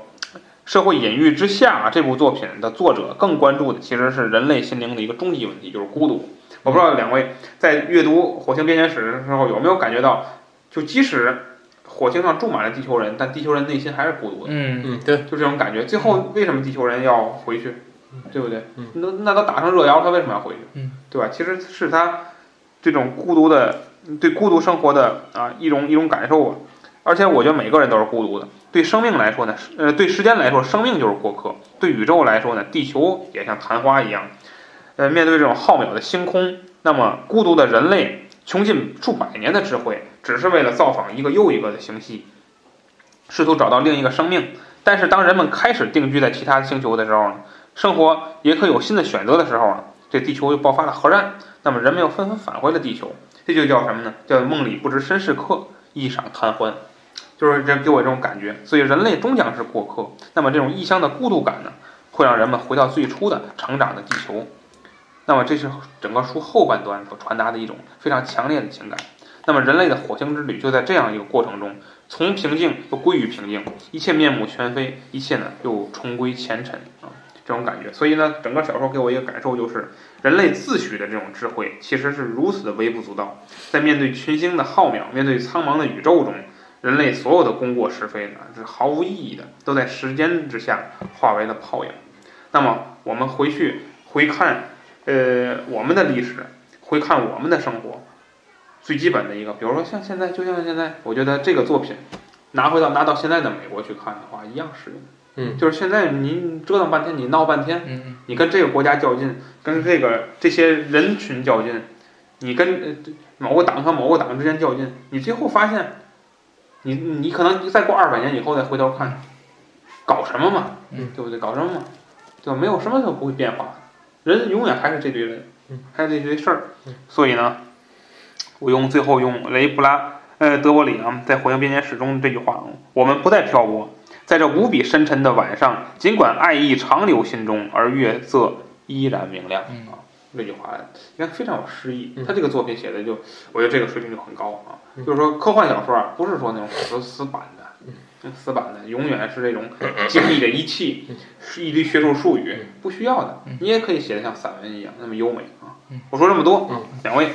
Speaker 4: 社会隐喻之下，啊这部作品的作者更关注的其实是人类心灵的一个终极问题，就是孤独。我不知道两位在阅读《火星边缘史》的时候有没有感觉到，就即使火星上住满了地球人，但地球人内心还是孤独的，
Speaker 3: 嗯，
Speaker 5: 嗯，对，
Speaker 4: 就这种感觉。最后为什么地球人要回去，对不对
Speaker 5: 嗯？
Speaker 4: 那那都打成热窑了，他为什么要回去？
Speaker 3: 嗯，
Speaker 4: 对吧？其实是他这种孤独的对孤独生活的啊一种一种感受吧。而且我觉得每个人都是孤独的。对生命来说呢，是呃，对时间来说，生命就是过客；对宇宙来说呢，地球也像昙花一样。呃，面对这种浩渺的星空，那么孤独的人类穷尽数百年的智慧，只是为了造访一个又一个的星系，试图找到另一个生命。但是当人们开始定居在其他星球的时候呢，生活也可有新的选择的时候呢，这地球又爆发了核战，那么人们又纷纷返回了地球，这就叫什么呢？叫梦里不知身是客，一晌贪欢。就是这给我这种感觉，所以人类终将是过客。那么这种异乡的孤独感呢，会让人们回到最初的成长的地球。那么这是整个书后半段所传达的一种非常强烈的情感。那么人类的火星之旅就在这样一个过程中，从平静又归于平静，一切面目全非，一切呢又重归前尘啊，这种感觉。所以呢，整个小说给我一个感受就是，人类自诩的这种智慧其实是如此的微不足道，在面对群星的浩渺，面对苍茫的宇宙中，人类所有的功过是非呢是毫无意义的，都在时间之下化为了泡影。那么我们回去回看，呃，我们的历史，回看我们的生活，最基本的一个，比如说像现在，就像现在，我觉得这个作品拿回到拿到现在的美国去看的话，一样适用。
Speaker 5: 嗯
Speaker 4: 就是现在你折腾半天，你闹半天，
Speaker 3: 嗯，
Speaker 4: 你跟这个国家较劲，跟这个这些人群较劲，你跟呃这某个党和某个党之间较劲，你最后发现，你你可能再过二百年以后再回头看，搞什么嘛，
Speaker 3: 嗯
Speaker 4: 对不对？搞什么嘛，对吧？没有什么都不会变化，人永远还是这堆人，
Speaker 5: 嗯
Speaker 4: 还是这堆事儿。所以呢，我用最后用雷布拉呃德伯里啊在《火星边界史》中这句话：我们不再漂泊，在这无比深沉的晚上，尽管爱意长留心中，而月色依然明亮。
Speaker 3: 嗯
Speaker 4: 啊，这句话你看非常有诗意
Speaker 5: 嗯。
Speaker 4: 他这个作品写的就，我觉得这个水平就很高啊。
Speaker 5: 嗯
Speaker 4: 就是说，科幻小说啊，不是说那种死死板的。死板的，永远是这种精密的仪器
Speaker 5: 嗯，
Speaker 4: 是一堆学术术语
Speaker 5: 嗯，
Speaker 4: 不需要的
Speaker 3: 嗯。
Speaker 4: 你也可以写的像散文一样那么优美啊
Speaker 3: 嗯！
Speaker 4: 我说这么多
Speaker 5: 嗯，
Speaker 4: 两位，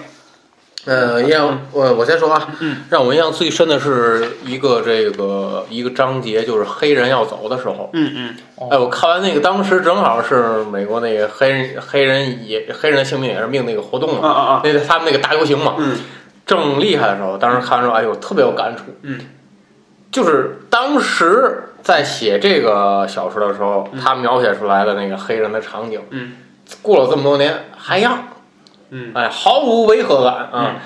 Speaker 5: 呃，印象我我先说啊
Speaker 4: 嗯，
Speaker 5: 让我印象最深的是一个这个一个章节，就是黑人要走的时候。
Speaker 4: 嗯嗯
Speaker 5: 哎，我看完那个，当时正好是美国那个黑人黑人也黑人的性命也是命那个活动
Speaker 4: 啊
Speaker 5: 嘛，
Speaker 4: 啊啊，
Speaker 5: 那个他们那个大游行嘛，
Speaker 4: 嗯
Speaker 5: 正厉害的时候，当时看完之后，哎呦，特别有感触。
Speaker 4: 嗯，
Speaker 5: 就是当时在写这个小说的时候，他描写出来的那个黑人的场景，
Speaker 4: 嗯，
Speaker 5: 过了这么多年还一样。
Speaker 4: 嗯
Speaker 5: 哎，毫无违和感啊。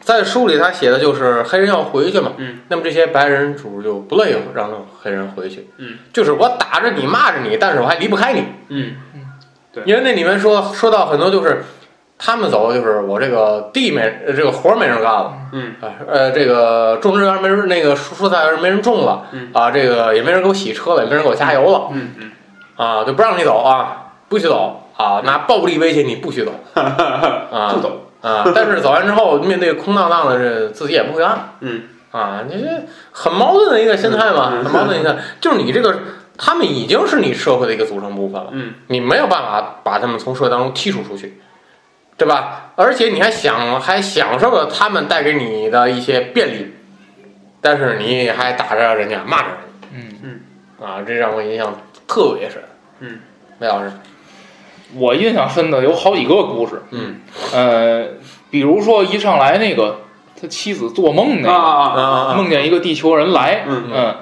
Speaker 5: 在书里他写的就是黑人要回去嘛，
Speaker 4: 嗯，
Speaker 5: 那么这些白人主就不乐意让黑人回去，
Speaker 4: 嗯，
Speaker 5: 就是我打着你骂着你，但是我还离不开你，
Speaker 4: 嗯对
Speaker 5: 因为那里面说说到很多就是他们走就是我这个地没呃这个活儿没人干了。
Speaker 4: 嗯
Speaker 5: 啊，呃，这个种植园没人，那个蔬蔬菜园没人种了，
Speaker 4: 嗯
Speaker 5: 啊，这个也没人给我洗车了，也没人给我加油了，
Speaker 4: 嗯嗯，
Speaker 5: 啊，就不让你走啊，不许走啊，拿暴力威胁你不 许走，啊，
Speaker 4: 不懂，
Speaker 5: 啊，但是走完之后，面对空荡荡的这自己也不会干，
Speaker 4: 嗯
Speaker 5: 啊，你这很矛盾的一个心态嘛，
Speaker 4: 嗯嗯
Speaker 5: 很矛盾一个，就是你这个他们已经是你社会的一个组成部分了，
Speaker 4: 嗯
Speaker 5: 你没有办法把他们从社会当中剔除出去，对吧？而且你还享还享受了他们带给你的一些便利，但是你还打着人家骂着人家
Speaker 3: 嗯，
Speaker 5: 啊，这让我印象特别深。
Speaker 4: 嗯，
Speaker 5: 魏老师，
Speaker 3: 我印象深的有好几个故事，
Speaker 5: 嗯
Speaker 3: 呃，比如说一上来那个他妻子做梦
Speaker 4: 啊
Speaker 3: 那
Speaker 4: 啊
Speaker 5: 啊
Speaker 4: 啊，
Speaker 3: 个，
Speaker 5: 啊，
Speaker 3: 梦见一个地球人来，
Speaker 4: 嗯
Speaker 3: 嗯，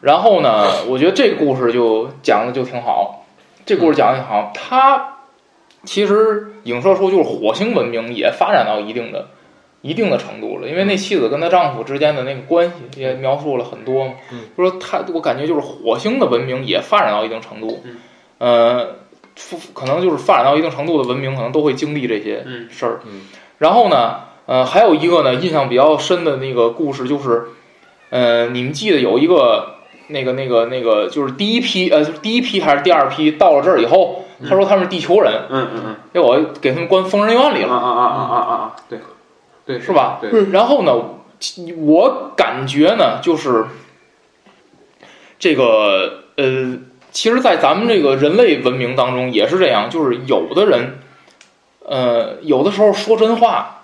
Speaker 3: 然后呢，我觉得这故事就讲的就挺好，这故事讲的挺好，它其实影射出就是火星文明也发展到一定的。一定的程度了，因为那妻子跟她丈夫之间的那个关系也描述了很多嘛，
Speaker 5: 嗯
Speaker 3: 就说她，我感觉就是火星的文明也发展到一定程度，
Speaker 4: 嗯
Speaker 3: 呃，夫可能就是发展到一定程度的文明，可能都会经历这些
Speaker 4: 嗯
Speaker 3: 事儿，
Speaker 5: 嗯
Speaker 3: 然后呢，呃，还有一个呢，印象比较深的那个故事就是，呃，你们记得有一个那个那个那个，就是第一批呃，就是第一批还是第二批到了这儿以后，他说他们是地球人，
Speaker 4: 嗯嗯嗯。
Speaker 3: 结果给他们关疯人院里
Speaker 4: 啊
Speaker 3: 了，
Speaker 4: 啊啊啊啊啊！对，对，
Speaker 3: 是吧？
Speaker 4: 对，
Speaker 3: 然后呢，其我感觉呢，就是这个呃，其实，在咱们这个人类文明当中也是这样，就是有的人，呃，有的时候说真话，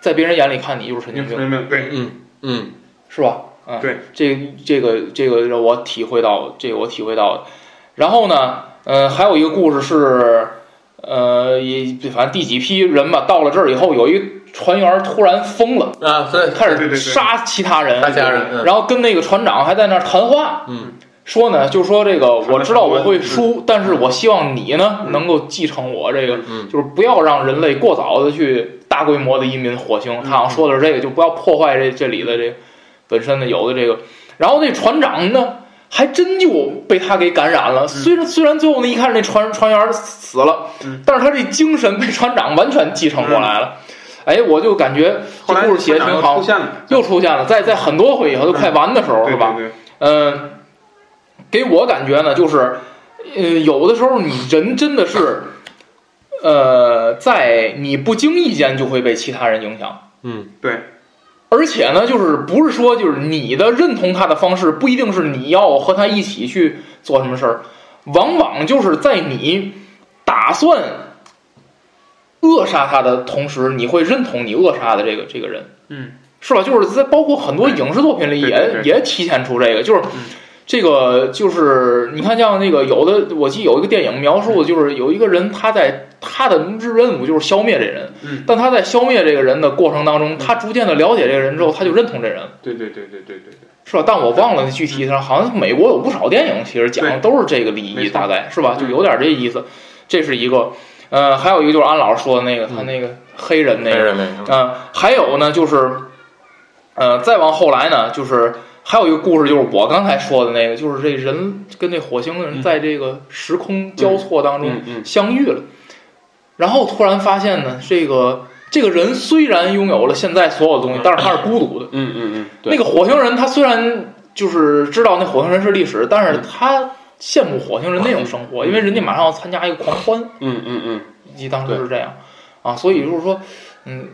Speaker 3: 在别人眼里看你就是神
Speaker 4: 明
Speaker 3: 经病。
Speaker 4: 明明对，
Speaker 5: 嗯嗯
Speaker 3: 是吧？嗯，
Speaker 1: 对，
Speaker 3: 这个这个这个让我体会到，这个我体会到了。然后呢，呃，还有一个故事是，呃，也反正第几批人吧，到了这儿以后，有一船员突然疯了，
Speaker 5: 啊，对，
Speaker 3: 开
Speaker 1: 对对
Speaker 3: 始
Speaker 1: 对
Speaker 3: 杀其他人，
Speaker 5: 杀其他人嗯
Speaker 3: 然后跟那个船长还在那儿谈话，
Speaker 5: 嗯，
Speaker 3: 说呢，就说这个
Speaker 1: 谈了
Speaker 3: 我知道我会
Speaker 1: 谈了嗯
Speaker 3: 输，但是我希望你呢能够继承我这个，
Speaker 5: 嗯
Speaker 3: 就是不要让人类过早的去大规模的移民火星。
Speaker 4: 嗯
Speaker 3: 他好像说的是这个，就不要破坏这这里的这个本身的有的这个。然后那船长呢，还真就被他给感染了。
Speaker 4: 嗯
Speaker 3: 虽然虽然最后那一看那船船员死了
Speaker 1: 嗯，
Speaker 3: 但是他这精神被船长完全继承过来了。哎，我就感觉
Speaker 4: 嗯后
Speaker 3: 这
Speaker 4: 来
Speaker 3: 故事写的
Speaker 4: 船长
Speaker 3: 挺
Speaker 4: 又
Speaker 3: 好
Speaker 4: 出，现了，嗯
Speaker 3: 又出现了，在在很多回以后，就快完的时候，
Speaker 1: 对
Speaker 3: 是吧？
Speaker 1: 对
Speaker 3: 嗯，给我感觉呢，就是，呃，有的时候你人真的是，呃，在你不经意间就会被其他人影响。
Speaker 5: 嗯，
Speaker 1: 对。
Speaker 3: 而且呢，就是不是说就是你的认同他的方式，不一定是你要和他一起去做什么事儿，往往就是在你打算扼杀他的同时，你会认同你扼杀的这个这个人，
Speaker 1: 嗯，
Speaker 3: 是吧？就是在包括很多影视作品里
Speaker 1: 对
Speaker 3: 也
Speaker 1: 对嗯对
Speaker 3: 也体现出这个，就是。这个就是你看，像那个有的，我记得有一个电影描述，就是有一个人他在他的任务就是消灭这人，
Speaker 1: 嗯
Speaker 3: 但他在消灭这个人的过程当中，他逐渐的了解这个人之后，他就认同这人了，
Speaker 1: 对对对对对对对，
Speaker 3: 是吧？但我忘了具体上，好像美国有不少电影其实讲的都是这个
Speaker 1: 嗯
Speaker 3: 利
Speaker 1: 没
Speaker 3: 益，
Speaker 1: 错
Speaker 3: 大概是吧？就
Speaker 1: 嗯
Speaker 3: 有点这意思。这是一个，呃，还有一个就是安老师说的那个，
Speaker 1: 嗯
Speaker 3: 他那个黑人那
Speaker 5: 没
Speaker 3: 个，
Speaker 5: 人没人，
Speaker 3: 嗯，还有呢，就是，呃，再往后来呢，就是还有一个故事，就是我刚才说的那个，就是这人跟这火星的人
Speaker 1: 嗯
Speaker 3: 在这个时空交错当中
Speaker 1: 嗯嗯
Speaker 3: 相遇了，然后突然发现呢，这个这个人虽然拥有了现在所有的东西，但是他是孤独的。
Speaker 4: 嗯嗯嗯，对
Speaker 3: 那个火星人他虽然就是知道那火星人是历史，但是他羡慕火星人那种生活，
Speaker 1: 嗯
Speaker 3: 因为人家马上要参加一个狂欢。
Speaker 4: 嗯嗯嗯，
Speaker 3: 以及当时是这样啊，所以就是说，嗯，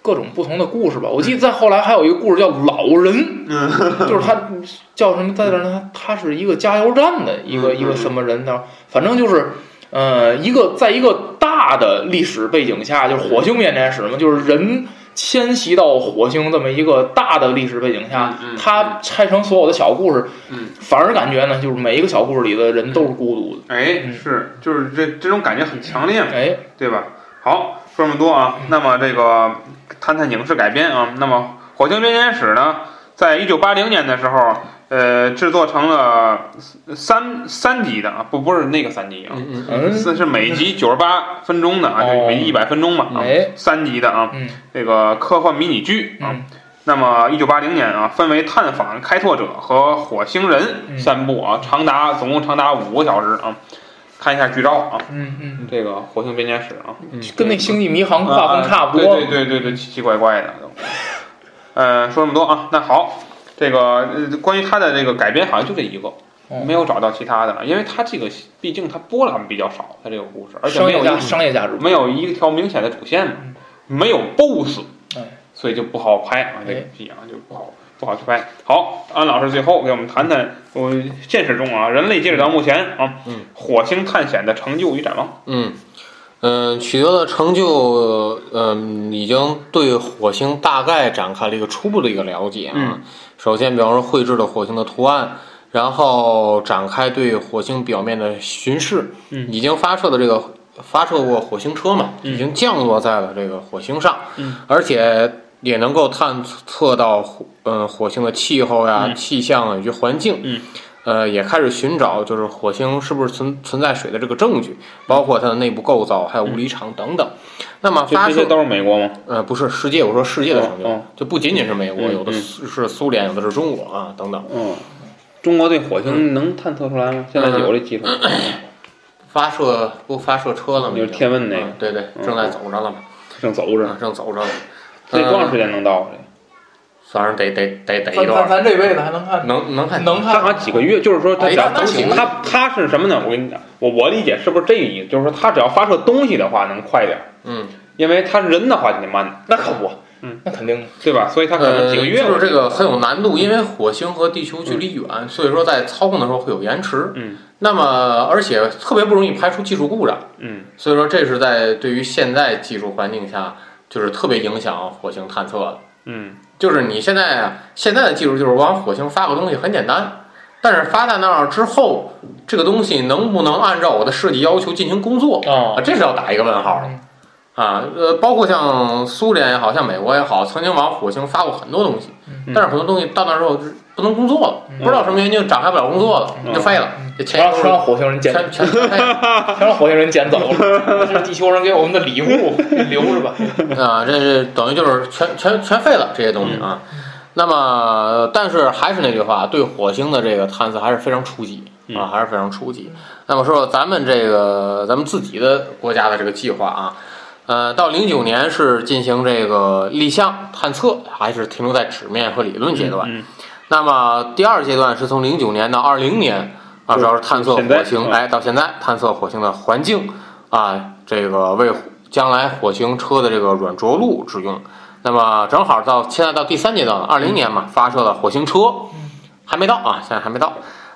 Speaker 3: 各种不同的故事吧。我记得在后来还有一个故事叫《老人》，
Speaker 4: 嗯
Speaker 3: 就是他叫什么在这儿呢？他是一个加油站的一个
Speaker 1: 嗯
Speaker 3: 一个什么人呢？反正就是。呃，一个在一个大的历史背景下，就是火星编年史嘛，就是人迁徙到火星这么一个大的历史背景下，
Speaker 4: 嗯嗯
Speaker 3: 它拆成所有的小故事，
Speaker 4: 嗯
Speaker 3: 反而感觉呢，就是每一个小故事里的人都是孤独的。
Speaker 4: 哎，
Speaker 3: 嗯
Speaker 4: 是，就是这这种感觉很强烈嘛，
Speaker 3: 哎，
Speaker 4: 对吧？好，说这么多啊，那么这个谈谈影视改编啊，那么《火星编年史》呢，在一九八零年的时候，呃，制作成了三三集的啊，不不是那个三集啊，
Speaker 5: 嗯嗯
Speaker 3: 嗯，
Speaker 4: 是是每集九十八分钟的啊，
Speaker 3: 哦
Speaker 4: 就每集一百分钟嘛啊，
Speaker 3: 哎，
Speaker 4: 三集的啊，
Speaker 3: 嗯
Speaker 4: 这个科幻迷你剧啊。
Speaker 3: 嗯
Speaker 4: 那么，一九八零年啊，分为探访开拓者和火星人
Speaker 3: 嗯
Speaker 4: 三部啊，长达总共长达五个小时啊。看一下剧照啊，
Speaker 3: 嗯嗯，
Speaker 4: 这个《火星编年史》啊，
Speaker 3: 跟那《星际迷航》画风差不
Speaker 4: 啊
Speaker 3: 多。
Speaker 4: 对对对对对，奇奇怪怪的都。呃，说这么多啊，那好，这个呃关于它的这个改编好像就这一个，
Speaker 3: 哦
Speaker 4: 没有找到其他的了，因为它这个毕竟它波澜比较少，它这个故事，而且
Speaker 3: 商
Speaker 4: 没有
Speaker 3: 业
Speaker 4: 一
Speaker 3: 价商业价值嗯
Speaker 4: 没有一条明显的主线嘛，没有 BOSS，
Speaker 3: 哎
Speaker 4: 所以就不好拍啊，这个
Speaker 3: 哎
Speaker 4: 戏啊就不好不好去拍。好，安老师最后给我们谈谈，我现实中啊，人类截止到目前啊，
Speaker 5: 嗯
Speaker 4: 火星探险的成就与展望，
Speaker 5: 嗯嗯，取得的成就，嗯，已经对火星大概展开了一个初步的一个了解啊。
Speaker 4: 嗯
Speaker 5: 首先，比方说绘制了火星的图案，然后展开对火星表面的巡视。
Speaker 4: 嗯
Speaker 5: 已经发射的这个发射过火星车嘛，已经降落在了这个火星上。
Speaker 4: 嗯，
Speaker 5: 而且也能够探测到火嗯火星的气候呀、
Speaker 4: 嗯
Speaker 5: 气象啊以及环境。
Speaker 4: 嗯。
Speaker 5: 呃，也开始寻找，就是火星是不是存存在水的这个证据，包括它的内部构造，还有无理场等等。那么
Speaker 4: 嗯这
Speaker 5: 发
Speaker 4: 这
Speaker 5: 射
Speaker 4: 些都是美国吗？
Speaker 5: 呃，不是世界，我说世界的成就，
Speaker 4: 哦哦
Speaker 5: 就不仅仅是美国，
Speaker 4: 嗯
Speaker 5: 有的
Speaker 4: 嗯
Speaker 5: 是是苏联，有的是中国啊，等等。
Speaker 4: 嗯，中国对火星能探测出来吗？现在有这技术，
Speaker 5: 发射不发射车了吗？
Speaker 4: 就
Speaker 5: 已
Speaker 4: 是
Speaker 5: 经
Speaker 4: 天问那个嗯
Speaker 5: 啊对对，正在走着了嘛，
Speaker 4: 正走着
Speaker 5: 啊
Speaker 4: 呢，
Speaker 5: 正走着呢。
Speaker 4: 那多长时
Speaker 5: 呃？
Speaker 4: 间能到啊？
Speaker 5: 反正得得得得一
Speaker 3: 咱咱
Speaker 5: 段，
Speaker 3: 咱这辈子还嗯能看，
Speaker 5: 能能看
Speaker 3: 能
Speaker 4: 他好
Speaker 3: 看。
Speaker 4: 像几个月，就是说他
Speaker 5: 哎
Speaker 4: 只要
Speaker 5: 那行
Speaker 4: 他他是什么呢？我跟你讲，我我理解是不是这个意思？就是说他只要发射东西的话能快点儿，
Speaker 5: 嗯，
Speaker 4: 因为他人的话就得慢 点，
Speaker 3: 那可不，
Speaker 4: 嗯，
Speaker 3: 那肯定的。
Speaker 4: 对吧？所以他可能几个月。嗯
Speaker 5: 呃就是这个很有难度，因为火星和地球距离远，所以说在操控的时候会有延迟。
Speaker 4: 嗯，
Speaker 5: 那么而且特别不容易排除技术故障，
Speaker 4: 嗯，
Speaker 5: 所以说这是在对于现在技术环境下，就是特别影响火星探测的。
Speaker 4: 嗯，
Speaker 5: 就是你现在啊，现在的技术就是往火星发个东西很简单，但是发到那儿之后，这个东西能不能按照我的设计要求进行工作啊
Speaker 3: 啊，，
Speaker 5: 这是要打一个问号的
Speaker 3: 嗯
Speaker 5: 啊。呃，包括像苏联也好像美国也好，曾经往火星发过很多东西，
Speaker 3: 嗯
Speaker 5: 但是很多东西到那之后就是不能工作了，
Speaker 3: 嗯
Speaker 5: 不知道什么原因展开不了工作了，
Speaker 4: 嗯
Speaker 5: 就废了，这
Speaker 3: 全
Speaker 5: 钱都
Speaker 3: 让全
Speaker 5: 是
Speaker 3: 让火星人捡，
Speaker 5: 全全全废了
Speaker 3: 啊全让火星人捡走了，这是地球人给我们的礼物，你留着吧。
Speaker 5: 啊，这是等于就是全全全废了这些东西啊。那么，呃但是还是那句话，对火星的这个探测还是非常初级啊，
Speaker 4: 嗯
Speaker 5: 还是非常初级。那么说说咱们这个咱们自己的国家的这个计划啊，呃，到零九年是进行这个立项探测，还是停留在纸面和理论阶段。
Speaker 4: 嗯
Speaker 5: 那么第二阶段是从零九年到二零年啊，主
Speaker 4: 对
Speaker 5: 要是探测
Speaker 4: 现在
Speaker 5: 火星，
Speaker 4: 嗯
Speaker 5: 哎，到现在探测火星的环境啊，这个为将来火星车的这个软着陆之用。那么正好到现在到第三阶段了，二零年嘛，发射了火星车，还没到啊，现在还没到。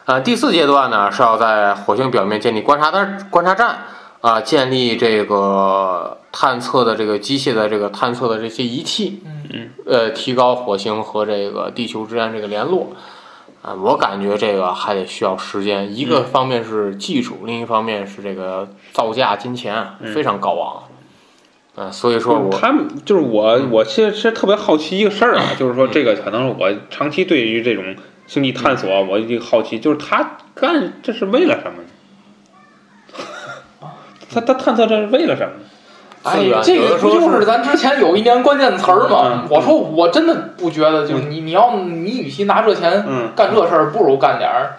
Speaker 5: 呃，第四阶段呢是要在火星表面建立观察站，观察站啊、建立这个探测的这个机械的这个探测的这些仪器，
Speaker 3: 嗯
Speaker 5: 呃，提高火星和这个地球之间这个联络。啊、我感觉这个还得需要时间。一个方面是技术，
Speaker 3: 嗯
Speaker 5: 另一方面是这个造价、金钱啊
Speaker 4: 嗯
Speaker 5: 非常高昂。嗯、所以说
Speaker 4: 就是
Speaker 5: 我
Speaker 4: 他们就是我，
Speaker 5: 嗯
Speaker 4: 我其实其实特别好奇一个事儿 啊，就是说这个可能是我长期对于这种星际探
Speaker 5: 嗯
Speaker 4: 索，我一个好奇，就是他干这是为了什么呢？
Speaker 5: 哦
Speaker 4: 他他探测这是为了什么呢？
Speaker 5: 资源，
Speaker 3: 这
Speaker 5: 哎有
Speaker 3: 个
Speaker 5: 的
Speaker 3: 不
Speaker 5: 说
Speaker 3: 就是
Speaker 5: 是
Speaker 3: 咱之前有一年关键词儿吗
Speaker 4: 嗯？
Speaker 3: 我说我真的不觉得，就是你你要你与其拿这钱
Speaker 4: 嗯，
Speaker 3: 干这事儿，不如干点儿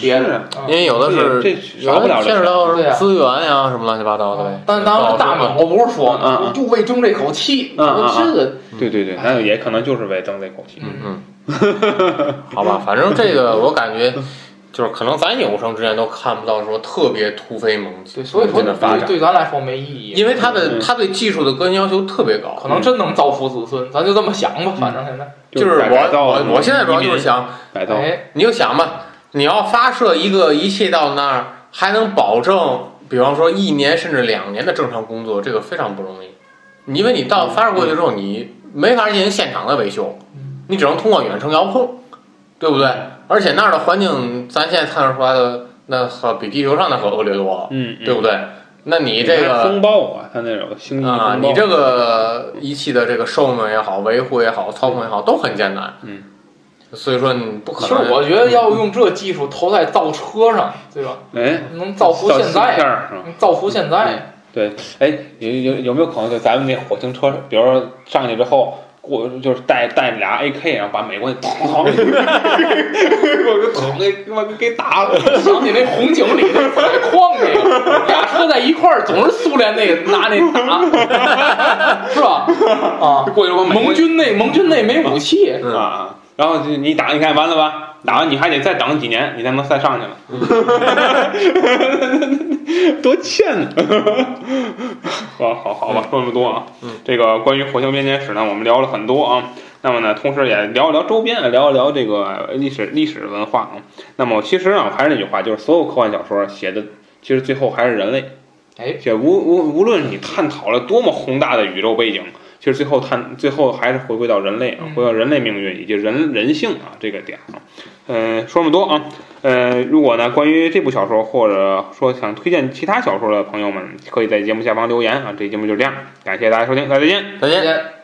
Speaker 3: 别
Speaker 4: 是
Speaker 3: 的
Speaker 4: 啊。
Speaker 3: 嗯
Speaker 5: 因为有的是
Speaker 4: 这
Speaker 5: 有
Speaker 4: 少不
Speaker 5: 的
Speaker 4: 了
Speaker 5: 牵扯
Speaker 4: 这
Speaker 5: 到
Speaker 3: 对啊
Speaker 5: 资源呀、什么乱七八糟的呗。
Speaker 3: 嗯但当
Speaker 5: 导
Speaker 3: 时
Speaker 5: 致
Speaker 3: 大
Speaker 5: 嘛
Speaker 3: 美，我不是说
Speaker 4: 嗯嗯
Speaker 3: 吗，我就为争这口气，
Speaker 4: 嗯嗯
Speaker 3: 我这个
Speaker 4: 对对对，
Speaker 5: 哎
Speaker 4: 那也可能就是为争这口气。
Speaker 5: 嗯， 嗯，好吧，反正这个我感觉就是可能咱有生之年都看不到说特别突飞猛进
Speaker 3: 对，所以说
Speaker 5: 的发
Speaker 3: 对
Speaker 5: 展，
Speaker 3: 对咱来说没意义，
Speaker 5: 因为他的
Speaker 4: 嗯
Speaker 5: 他对技术的个人要求特别高，
Speaker 3: 可能真能造福子孙，咱就这么想吧，反正现在。
Speaker 5: 就是
Speaker 4: 改
Speaker 5: 我
Speaker 4: 造
Speaker 5: 我我现在主要就是想，
Speaker 4: 改造，
Speaker 3: 哎，
Speaker 5: 你就想吧，你要发射一个仪器到那儿，还能保证，比方说一年甚至两年的正常工作，这个非常不容易，你因为你到发射过去之
Speaker 4: 嗯
Speaker 5: 后，你没法进行现场的维修，你只能通过远程遥控，对不对？而且那儿的环境，咱现在探测出来的那可比地球上的可恶劣多了，
Speaker 4: 嗯，嗯
Speaker 5: 对不对？那你这
Speaker 4: 还
Speaker 5: 个
Speaker 4: 风暴啊，他那种星际风暴
Speaker 5: 啊，你这个仪器的这个寿命也好，维护也好，操控也好，都很艰难。
Speaker 4: 嗯，
Speaker 5: 所以说你不可
Speaker 3: 其实
Speaker 5: 能。
Speaker 3: 我觉得要用这技术投在造车上，对吧？
Speaker 4: 哎，
Speaker 3: 能造福现
Speaker 4: 小芯片
Speaker 3: 在，
Speaker 4: 啊儿是吧？
Speaker 3: 能造福现在。
Speaker 4: 对，哎，有有有没有可能就咱们那火星车，比如说上去之后，过就是带带俩 AK，然后把美国那咣咣， 我给捅给他妈给打了。
Speaker 3: 想起那红警里那采矿那个，俩车在一块儿，总是苏联那个拿那打，是吧？啊，
Speaker 4: 过去我美国
Speaker 3: 盟军那盟军那没武器，
Speaker 5: 嗯
Speaker 4: 啊啊，然后就你打，你看完了吧？打完你还得再等几年，你才能再上去 了，多欠呢！好好好吧，说这么多啊，
Speaker 5: 嗯
Speaker 4: 这个关于火星编年史呢，我们聊了很多啊。那么呢，同时也聊一聊周边，聊一聊这个历史历史文化啊。那么其实呢，我还是那句话，就是所有科幻小说写的，其实最后还是人类。
Speaker 3: 哎，
Speaker 4: 且无无无论你探讨了多么宏大的宇宙背景，其实最后探最后还是回归到人类啊
Speaker 3: 嗯，
Speaker 4: 回到人类命运以及人人性啊这个点啊。嗯、说这么多啊。呃，如果呢，关于这部小说或者说想推荐其他小说的朋友们，可以在节目下方留言啊。这节目就这样，感谢大家收听，大家再见。
Speaker 5: 再见。
Speaker 3: 再见